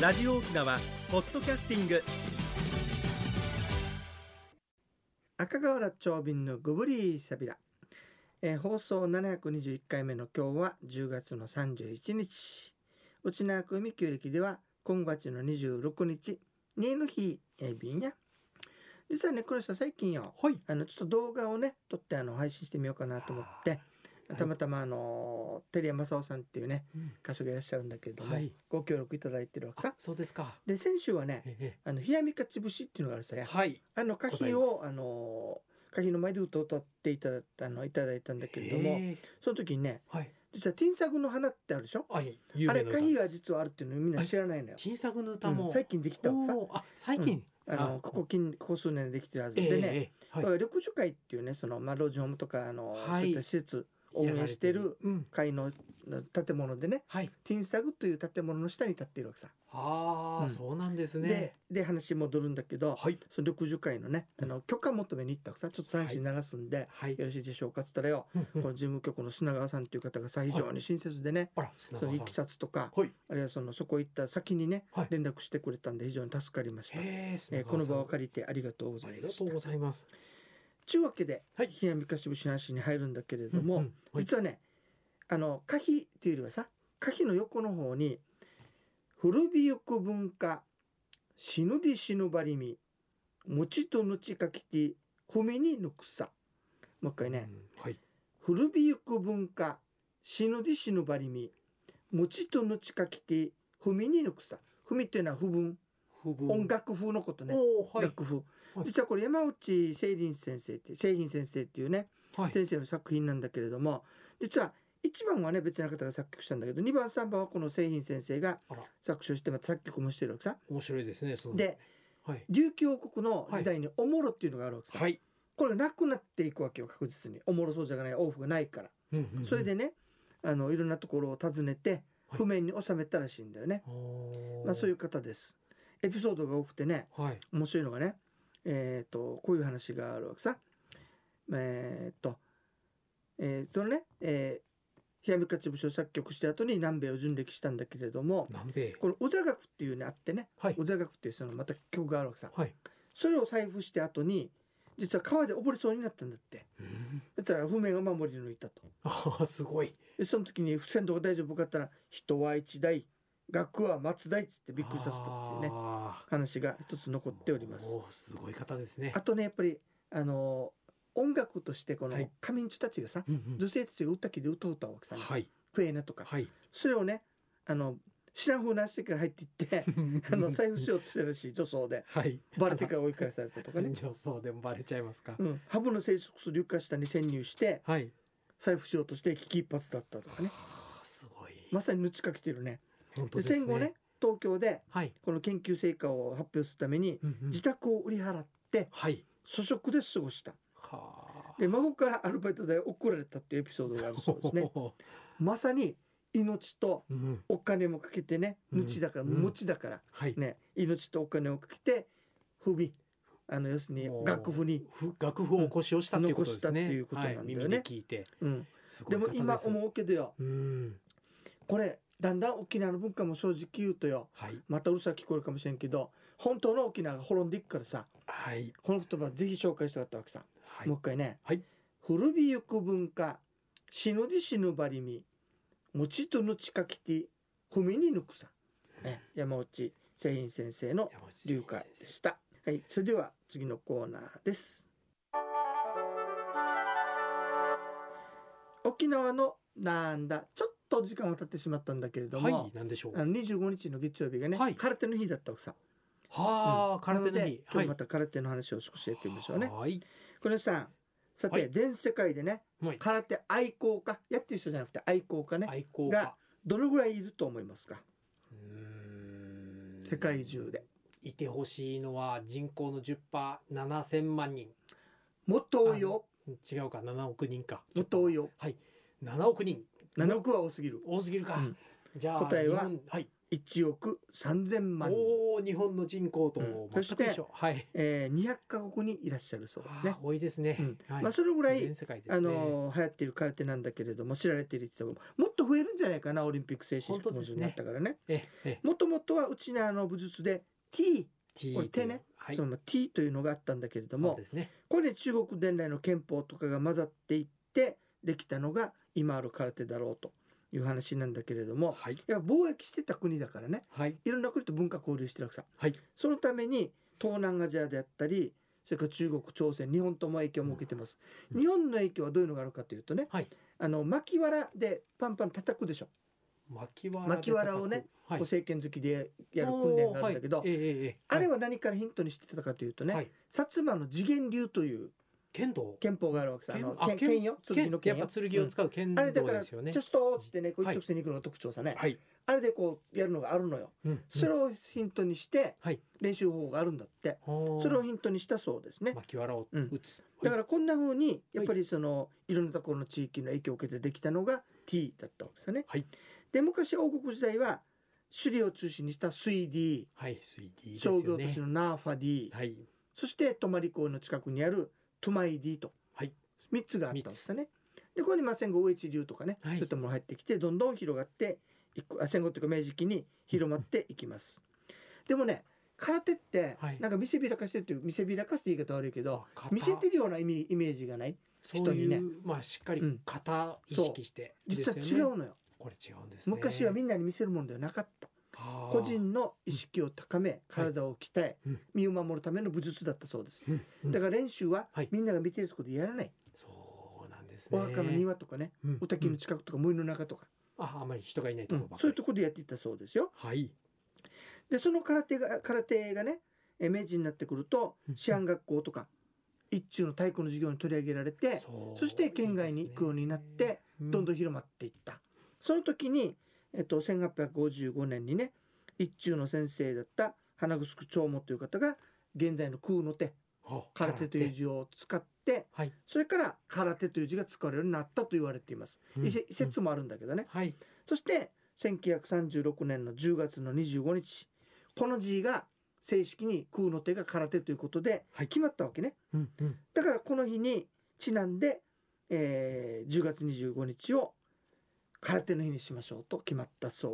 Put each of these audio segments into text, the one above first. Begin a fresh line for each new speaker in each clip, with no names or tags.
ラジオ沖縄ポッドキャスティング
赤瓦長瓶のグブリーサビラ、えー放送721回目の今日は10月の31日内縄組旧暦では今月の26日ねえの日えー、ビーニャ実はね黒下最近よ
はい
あのちょっと動画をね撮ってあの配信してみようかなと思って
はい
たまたまあのー照山正雄さんっていうね歌手がいらっしゃるんだけれども、
はい
ご協力いただいてるわけさ
そうですか
で先週はね
ええ
あの冷やみかち節っていうのがあるさや
はい
あの歌碑
ご
を
ざ
あの歌碑の前で歌を歌っていただあのいただいたんだけれども、
ええ
その時にね
はい
実は「天作の花」ってあるでしょ
あい有
あれ
名な
歌碑が実はあるっていうのみんな知らないのよ。
新作の歌も、
うん最近できたわけさ
おーあ最近、
あのここ近ここ数年でできてるはず
ええ
でね、
ええ
だか
はい
ら緑樹会っていうねその、まあ、老人ホームとかあの、
はい
そういった施設応援して
やられ
る
うん
会の建物でね
はい
「天作という建物の下に立っているわけさ。
ああ、
うん
そうなんですね
でで話戻るんだけど、
はい
その緑樹会のねあの許可求めに行ったわけさちょっと三振鳴らすんで、
はい
よろしいでしょうかっつったらよ
うんうん
この事務局の品川さんという方がさ非常に親切でね、
あら砂
その
川
い
さん
きさつとか
はい
あるいはそのそこ行った先にね、
はい
連絡してくれたんで非常に助かりました、
へえ砂
えー
川
この場を
さ
借りてありがとうござ
んあ
い
り
ま
が
し
とう
た
ございます
ちゅうわけで
はい
冷やみかしぶしなしに入るんだけれども、
うんうんはい
実はねあの歌碑っていうよりはさ歌碑の横の方に「古びゆく文化死ぬで死ぬばりみ餅とぬちかきて踏みにぬくさ」もう一回ね、
うんはい
古びゆく文化死ぬで死ぬばりみ餅とぬちかきて踏みにぬくさ踏みっていうのは不文、
不文
音楽風のことね、
おーはい
楽譜、
はい
実はこれ山内聖林先生って聖林先生っていうね、
はい
先生の作品なんだけれども実は1番はね別な方が作曲したんだけど2番3番はこの聖林先生が
あら
作詞をしてまた作曲もしてるわけさ
面白いですねその
で
はい
琉球王国の時代におもろっていうのがあるわけさ、
はい
これがなくなっていくわけよ確実におもろそうじゃない王府がないから。
うんうんうん
それでねあのいろんなところを訪ねて
はい
譜面に収めたらしいんだよね、まあ、そういうう方ですエピソードが多くてね
はい
面白いのがねえっ、とこういう話があるわけさえっ、と、えーそのね「えー、冷やみかち節」を作曲した後に南米を巡歴したんだけれども
南米
この「お座楽」っていうねあってね
はい
「お座楽」っていうそのまた曲があるわけさ
はい
それを財布して後に実は川で溺れそうになったんだって
うん
だったら譜面を守り抜いたと。
ああすごい
でその時に船頭が大丈夫かって言ったら「人は一代学は松代」っつってびっくりさせたっていうね
あー
話が一つ残っております
も。うすごい方ですね
あとねやっぱりあの音楽としてこ
は
の
い
仮眠中たちがさ、
うんうん
女性たちが歌きで歌うたわけさ、
はい
クエーナとか、
はい
それをねあの知らん風な足から入っていって あの財布し
よ
ようとしてるし女装で
はい
バレてから追い返された とかね、
女装でもバレちゃいますか
うん、ハブの生殖する床下に潜入して
はい
財布しようとして危機一髪だったとかね
あーすごい
まさにぬちかきてるね
本当
で
ですね
戦後ね東京で
はい
この研究成果を発表するために
うんうん
自宅を売り払って
はい
粗食で過ごした
はあ
で孫からアルバイト代を送られたっていうエピソードがあるそうで すねまさに命と
うん
お金もかけてね
うん
命だから
うん
餅だから
はい
ね命とお金をかけて不備あの要するに
もう
楽譜に、
ふ楽譜を起こしをしたっていうことですね。
うん残したっていうことなんだ
はい、
よね
耳で聞いて。
うん、
すご
で
い方
も
です
今思うけどよ
うん。
これだんだん沖縄の文化も正直言うとよ
はい。
またうるさく聞こえるかもしれんけど本当の沖縄が滅んでいくからさ
はい。
この言葉ぜひ紹介したかったわけさ、
はい
もう。一回ね、
はい
古びゆく文化死ぬで死ぬばりみ餅とぬちかきて踏みに抜くさ、ね、山内誠員先生の
山内先生
流解でしたはい、それでは次のコーナーです沖縄のなんだちょっと時間は経ってしまったんだけれども、
はい。なんでしょう。
あの25日の月曜日がね、
はい
空手の日だったわけさ
はあ、空手
な
の
ので
日。
今日また空手の話を少しやってみましょうね、
はい。
これさんさて、
はい
全世界でね
はい。
空手愛好家やってる人じゃなくて愛好家ね、
愛好家
が。どのぐらいいると思いますか
うーん
世界中で。
いてほしいのは人口の10パー7000万人。
もっと多いよ
違うか、7億人か。
もっと多い
よ。
よ
7億人。
7億は多すぎる
多すぎるか。
うん
じゃあ、
答えは
日本はい。
1億3000万人、
おおー日本の人口と
うんそし
全
て
く一緒、はい、
えー、200カ国にいらっしゃるそうですね
あー。多いですね、
うん
はい
まあ、そのぐらい、
全世界ですね
あのー流行ってる空手なんだけれども知られている人がもっと増えるんじゃないかなオリンピック精神
本当ですね
になったからね。
ええ
もともとはうちのあの武術で T、
T
これ手ね
はい
そのまま T というのがあったんだけれど
そう
も
ですね
これに中国伝来の憲法とかが混ざっていってできたのが今ある空手だろうという話なんだけれども
はい
いや貿易してた国だからね
はい
いろんな国と文化交流してるわけさ
はい
そのために東南アジアであったりそれから中国朝鮮日本とも影響を受けてます、
うん
日本の影響はどういうのがあるかというとね
はい
あの巻きわらでパンパン叩くでしょ、
巻きわら
巻きわらをね
は
こう政権好きでやる訓練があるんだけど、
おーはいええええええ
あれは何からヒントにしてたかというとね、
はい
薩摩の次元流という
剣道
憲法があるわけさあの
剣あ
剣剣よ剣の剣
や
よ
っぱ剣を使う剣
あれだ
道
から
です
チ
よね、
ェストーっつってねこう
は
一
い
直線に行くのが特徴さね、
はい、
あれでこうやるのがあるのよ、
うん、
それをヒントにして
はい
練習方法があるんだって、
を
それをヒントにしたそうですね
巻きわらを打つ、
だからこんな風にやっぱりそのいろんなところの地域の影響を受けてできたのが T だったわけですよね。
はい
で昔王国時代は首里を中心にした水 D
はい水滴ですよね
商業都市のナーファ D、
はい
そして泊港の近くにあるトゥマイ D と
はい
3つがあったんですよね。でここにまあ戦後大一流とかね、
はい
そういったものが入ってきてどんどん広がっていくあ戦後というか明治期に広まっていきます。でもね空手って
はい
なんか見せびらかしてるという見せびらかして言い方悪いけど
あ
見せてるようなイメイメージがない
そう
人に
い
ね
う、まあしっかり
うん
型意識して、
実は
です
違
よね
うのよ
これ違うんですね
昔はみんなに見せるものではなかった
あー
個人の意識を高め体を鍛え
うん
身を守るための武術だったそうです
うんうん
だから練習は
はい
みんなが見てるところでやらない
そうなんです
お
ね
墓の庭とかね
うん
お滝の近くとか森の中とか
うんああんまり人がいないと
う
ころ
ん
ばっか
そう
り、
いうところでやっていったそうですよ
はい
でその空手が空手がねえ明治になってくると
うん
師範学校とか一中の太鼓の授業に取り上げられて
そう
そして県外に行くようになってどんど
ん
ん広まっていった、その時に、えっと、1855年にね一中の先生だった花城長門という方が現在の空の手
あ
空手という字を使って
はい、
それから空手という字が使われるようになったと言われています、
うん
いせ説もあるんだけどね、
はい
そして1936年の10月の25日この字が正式に空の手が空手ということで
はい
決まったわけね、
うんうん
だからこの日にちなんで、えー10月25日を空手の日にしましょうと決まったそ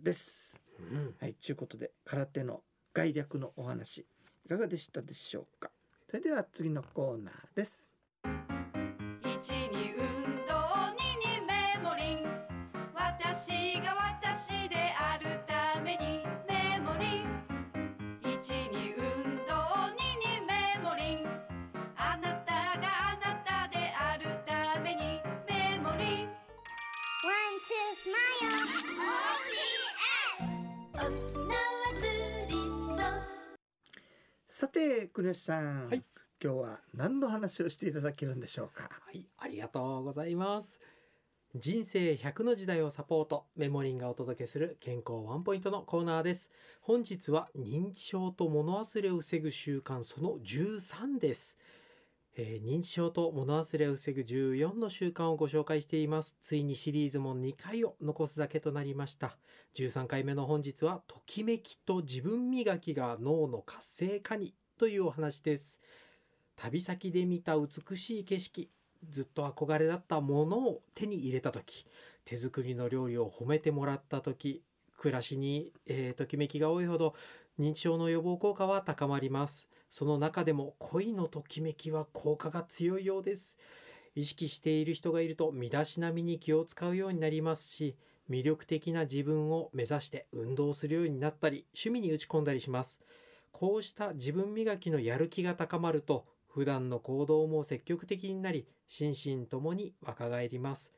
うです。
うん
はい、ということで空手の概略のお話いかがでしたでしょうか。それでは次のコーナーです。
一に運動二にメモリン私が私であるためにメモリン一に運動二にメモリンあなたがあなたであるためにメモリン
One, two, smile.
沖縄ツ
OPS.
ーリスト
さて国吉さん、
はい
今日は何の話をしていただけるんでしょうか。
はい、ありがとうございます。人生100の時代をサポート、メモリンがお届けする健康ワンポイントのコーナーです。本日は認知症と物忘れを防ぐ習慣その13です。えー認知症と物忘れを防ぐ14の習慣をご紹介しています。ついにシリーズも2回を残すだけとなりました。13回目の本日は、ときめきと自分磨きが脳の活性化にというお話です。旅先で見た美しい景色、ずっと憧れだったものを手に入れた時手作りの料理を褒めてもらった時暮らしに、えーときめきが多いほど認知症の予防効果は高まりますその中でも恋のときめきは効果が強いようです意識している人がいると身だしなみに気を使うようになりますし魅力的な自分を目指して運動するようになったり趣味に打ち込んだりしますこうした自分磨きのやる気が高まると普段の行動も積極的になり心身ともに若返ります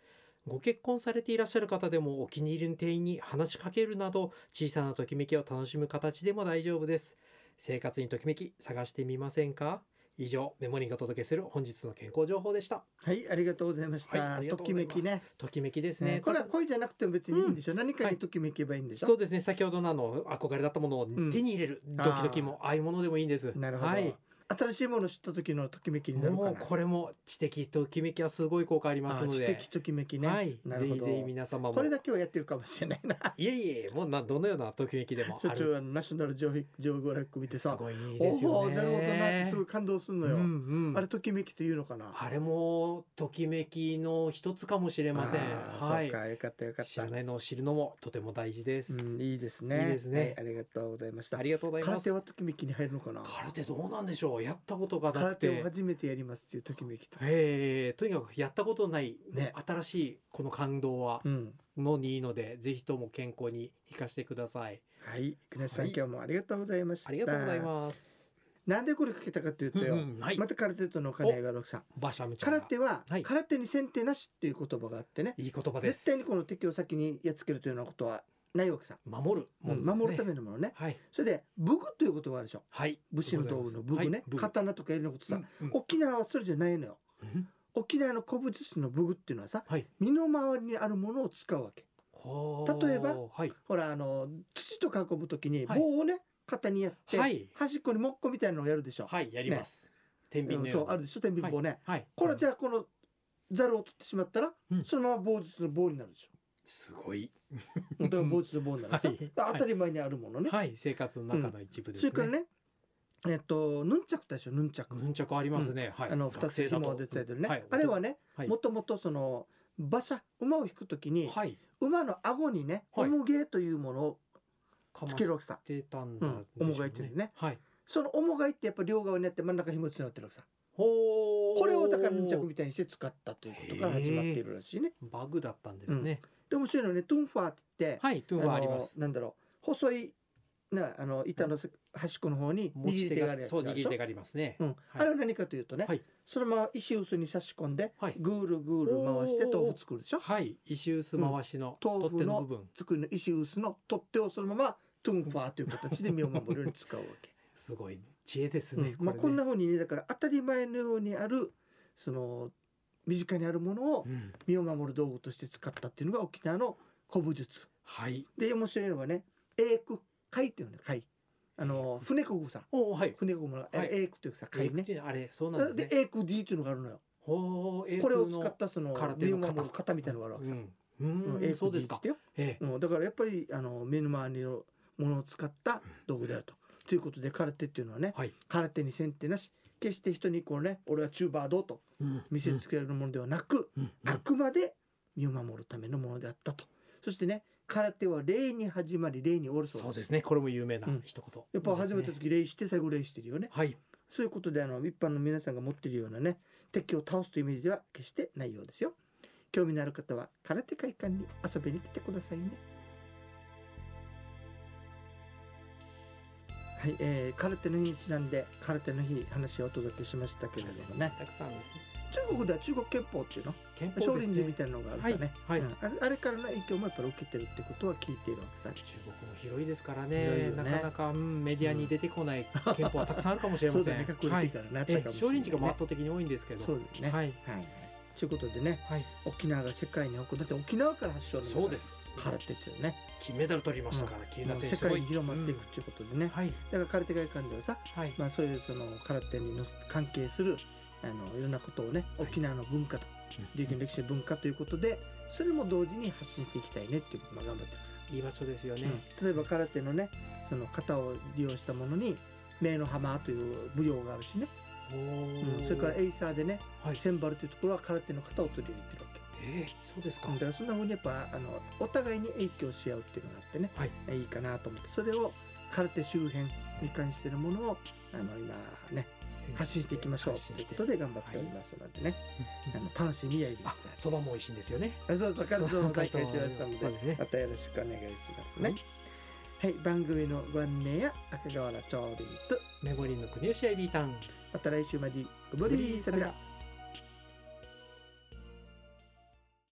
ご結婚されていらっしゃる方でもお気に入りの店員に話しかけるなど小さなときめきを楽しむ形でも大丈夫です生活にときめき探してみませんか以上メモリーがお届けする本日の健康情報でした
はい、ありがとうございました。
はいあり
と
がとう
き
ござ
め
います
きね。
ときめきですね、
うんこれは恋じゃなくても別にいいんでしょ、何か
は
に
い
ときめけばいいんでしょ、
そうですね先ほどのあの憧れだったものを手に入れる、
ん
ドキドキもああいうものでもいいんです
なるほど、
はい
新しいものを知った時のときめきになるか
も
な
うこれも知的ときめきはすごい効果あります
あ
ので
知的ときめきね、
はい、
なるほど
ぜひぜひ皆様も
これだけはやってるかもしれないな
いえいえもうなどのようなときめきでも
しょ
あ
っちゅう
る
あのナショナルジオジオグラフィック見て
す
さ
ごいで
お
すよ
お
ね
ーなるほどなってすごい感動するのよ、
うんうん、
あれときめきというのかな
あれもときめきの一つかもしれません
あ
は
ーそうか
い
よかったよかっ
知
た
らないのを知るのもとても大事です、
うん、いいですね
いいですね
はいありがとうございました
ありがとうございま
空
す
手はときめきに入るのかな
空手どうなんでしょうやったことがな
空
く
手を
て
初めてやりますっていうときめきと、
えー、とにかくやったことない、
ね
新しいこの感動は
うん
のにいいので、ぜひとも健康に生かしてください
はい久根さん、
はい
今日もありがとうございました
ありがとうございます
なんでこれかけたかっていうとよ、
うんうんはい
また空手との兼ね合いが六さん
バシャムちゃん
空
が
手は
はい
空手に先手なしっていう言葉があってね、
いい言葉です
絶対にこの敵を先にやっつけるというようなことはないわけさ、
守るものですね、
守るためのものね
はい
それで武具という言葉あるでしょ
はい
武士の道具の武具ね、
はい
刀とかいろんなことさ、
うんうん
沖縄はそれじゃないのよ
うん
沖縄の古武術の武具っていうのはさ
はい
身の回りにあるものを使うわけ
ほー
例えば
はい
ほらあの土と囲ぶ時に
はい
棒をね、肩にやって、
はい
端っこにモッコみたいなのをやるでしょ、
はいやります、天秤
う
の
ん
よ
そううあるでしょ天秤棒ね、
はい、はい、
これはじ
ゃ
ゃあこのザルを取ってしまったら、
うん
そのまま棒術の棒になるで しょ
すごい
本当は棒術の棒になるでしょ、
はい
だから当たり前にあるものね、
はい生活の中の一部です
そ
ね、
れからねえっとヌンチャクってあるでしょヌンチャク、
うんちゃくありますね、はい
あの二
学
つ
生だと
紐でついてるね、
はい
あれはね
はい
もともとその馬車馬を引くときに、
はい
馬の顎にね
はい
重毛というものを
かま
つけるわけさ、
してたんだでしょう、
うん面がいてるね
はい
その重がいってやっぱ両側にあって真ん中紐つながってるわけさ
ほー
これをだからヌンチャクみたいにして使ったということから始まっているらしいね
バグだったんですね、
で面白いのはねトゥンファーって言って、
はいトゥーンはありま
の
す
なんだろう細いなあの板の端っこの方に握
持ち
り
手
手があ
が
るやつ
そう
があ
握
るで
り
しょ
手がありますね、
うんあれは何かというとね、
はい
そのまま石臼に差し込んで、
はい
ぐるぐる回して
おー
豆腐作るでしょ
はい石臼回しの
うん豆
取
腐
っ
の
手の部分
作りの石臼の取っ手をそのままトゥンファーという形で身を守るように使うわ け、
すごい知恵です
うん
ね,、
まあ、こんな
こ
ふうにねだから当たり前のようにあるその身近にあるものを
れねうん
身を守る道具として使ったっていうのが沖縄の古武術
はい
で面白いのはね英句貝っていうのね貝あの船こぐさ
おーはい
船こぐの
はい
英句というさ貝ね
英語ってあれそうなん
で
ですね
英句 D っていうのがあるのよ
ほー英語
これを
の
使ったその
空手
身を
の
守
型
る型みたいなのがあるわけさ、
うん、うん
うん英
そ
句
うで
D っ
す
つ
か
ってよ
ええ
うん、だからやっぱりあの目の周りのものを使った道具であると。ということで空手っていうのはね
はい、
空手に先手なし決して人にこうね俺はチューバーどうと
うん
見せつけられるものではなく、
うん
あくまで身を守るためのものであったと。そしてね空手は礼に始まり礼に終わるそう
そ
で
う
す。
ですねこれも有名な
うん
一言、
やっぱ始めた
いいですね
時礼して最後礼してるよね。
はい
そういうことであの一般の皆さんが持っているようなね敵を倒すというイメージでは決してないようですよ。興味のある方は空手会館に遊びに来てくださいね。はい、えー、空手の日にちなんで空手の日話をお届けしましたけれどもね
たくさん
中国では中国憲法っていうの、
憲法ですね
少林寺みたいなのがあるさね、
はい
うん
は
あれあれからの影響もやっぱり受けてるってことは聞いているわけさ
中国も広いですから
広い
ね
よね
なかなか、うん、メディアに出てこない憲法はたくさんあるかもしれ
そ
ま
う
せ
だ
ん
ね隠
は
れ
い
てからなった
え
か
え
もしれ
少
ない、
林
ね、
寺が圧倒的に多いんですけど
そうだよね、
はい
はい、ということでね
はい
沖縄が世界に誇るだって沖縄から発祥の
そうです
空手っていうね
金メダル取りましたから、木
も
村
う
選手
世
すご
界
い
に広まっていくっていうことでね、
はい
だから空手会館ではさ、
はい、
まあ、そういうその空手にのす関係するあのいろんなことをね
はい
沖縄の文化と琉球の歴史文化ということでそれも同時に発信していきたいねっていう、まあ、頑張ってます、
いい場所ですよね、
うん例えば空手のねその型を利用したものに名の浜という舞踊があるしね、
おー
うんそれからエイサーでね
はい、
センバルというところは空手の型を取り入れてるわけ
ええそうですか、
だからそんなふうにやっぱあのお互いに影響し合うっていうのがあってね、い、いかなと思ってそれを空手周辺に関してのものをあの今ね発信していきましょう
発信
とい
し
う
て
ことで頑張っておりますのでね、
うん
あの楽しみやいで
あ
す
そばも美味しいんですよね
あそうそう空手も再開しましたの
そ
で
うですね
またよろしくお願いしますね
はい
はい、番組のご案内や赤瓦町林と
メモリーの国吉エビータウン
また来週までご無理さびら